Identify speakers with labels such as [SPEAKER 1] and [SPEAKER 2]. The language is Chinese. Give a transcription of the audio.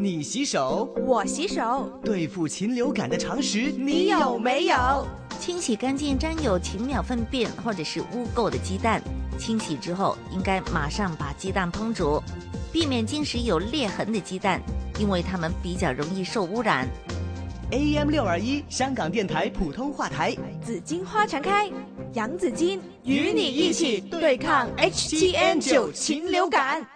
[SPEAKER 1] 你洗手，
[SPEAKER 2] 我洗手，
[SPEAKER 1] 对付禽流感的常识你
[SPEAKER 2] 有没有？
[SPEAKER 3] 清洗干净沾有禽鸟粪便或者是污垢的鸡蛋，清洗之后应该马上把鸡蛋烹煮，避免进食有裂痕的鸡蛋，因为它们比较容易受污染。
[SPEAKER 1] ？AM 六二一香港电台普通话台，
[SPEAKER 2] 紫荆花常开，洋紫荆
[SPEAKER 1] 与你一起对抗
[SPEAKER 2] HTN9 禽流感。